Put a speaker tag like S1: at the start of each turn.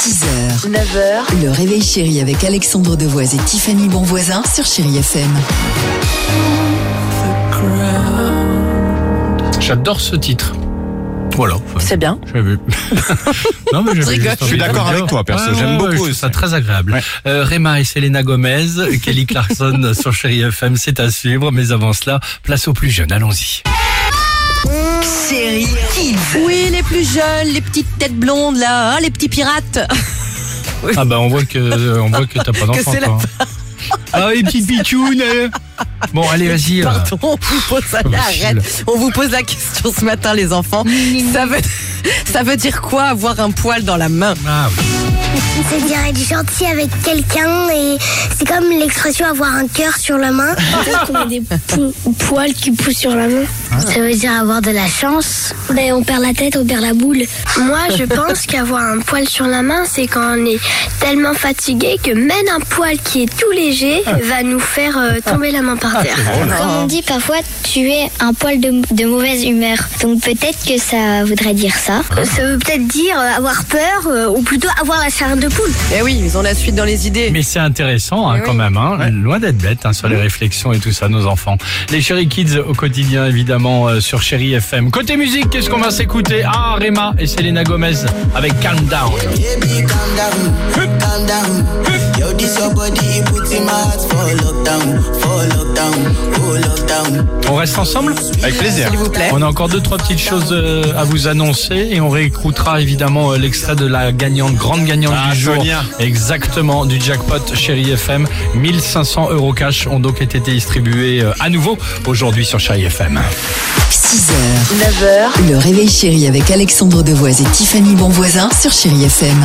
S1: 6h, 9h, le réveil chéri avec Alexandre Devoise et Tiffany Bonvoisin sur Chéri FM.
S2: J'adore ce titre. Voilà. Enfin,
S1: C'est bien.
S2: J'avais vu. non, mais j'avais
S1: rigole.
S2: juste
S3: Je suis
S2: envie de
S3: d'accord
S2: le dire.
S3: avec toi, perso.
S2: Ouais,
S3: J'aime
S2: ouais,
S3: beaucoup
S2: je trouve
S3: aussi.
S2: ça très agréable.
S3: Ouais.
S2: Euh, Rema et Selena Gomez, Kelly Clarkson sur Chéri FM, c'est à suivre. Mais avant cela, place aux plus jeunes. Allons-y.
S1: Série Kids. Oui, les plus jeunes, les petites têtes blondes là, hein, les petits pirates.
S2: Ah bah on voit que euh, on voit que t'as pas d'enfant.
S1: c'est la
S2: toi, hein. Ah les petites pitchounes. euh. Bon allez vas-y. euh.
S1: Pardon, on vous pose la, arrête. On vous pose la question ce matin, les enfants. Ça veut, ça veut dire quoi avoir un poil dans la main
S2: Ah, oui.
S4: C'est dire être gentil avec quelqu'un et c'est comme l'expression avoir un cœur sur la main. Peut-être qu'on a des pou- poils qui poussent sur la main. Ça veut dire avoir de la chance. Ben, on perd la tête, on perd la boule. Moi, je pense qu'avoir un poil sur la main, c'est quand on est tellement fatigué que même un poil qui est tout léger va nous faire euh, tomber la main par terre.
S5: Comme on dit parfois, tu es un poil de, de mauvaise humeur. Donc peut-être que ça voudrait dire ça.
S4: Ça veut peut-être dire euh, avoir peur euh, ou plutôt avoir la chair de poule.
S1: Eh oui, ils ont la suite dans les idées.
S2: Mais c'est intéressant hein,
S1: Eh oui.
S2: quand même, hein. loin d'être bête hein, sur les réflexions et tout ça, nos enfants. Les Chéri Kids au quotidien, évidemment, euh, sur Chéri FM. Côté musique, qu'est-ce qu'on va s'écouter Ah, Rema et Selena Gomez avec Calm Down.
S6: Baby, calm down, calm down. Yo, this your body, it puts in my heart for lockdown, for lockdown, oh lockdown.
S2: On reste ensemble
S3: Avec plaisir.
S1: S'il vous plaît.
S2: On a encore deux, trois petites choses euh, à vous annoncer et on réécoutera évidemment euh, l'extrait de la gagnante, grande gagnante
S3: Ah,
S2: du jour.
S3: Sonia.
S2: Exactement, du jackpot Chéri FM. 1500 euros cash ont donc été distribués euh, à nouveau aujourd'hui sur Chéri FM.
S1: 6h, 9h, le réveil chéri avec Alexandre Devoise et Tiffany Bonvoisin sur Chéri FM.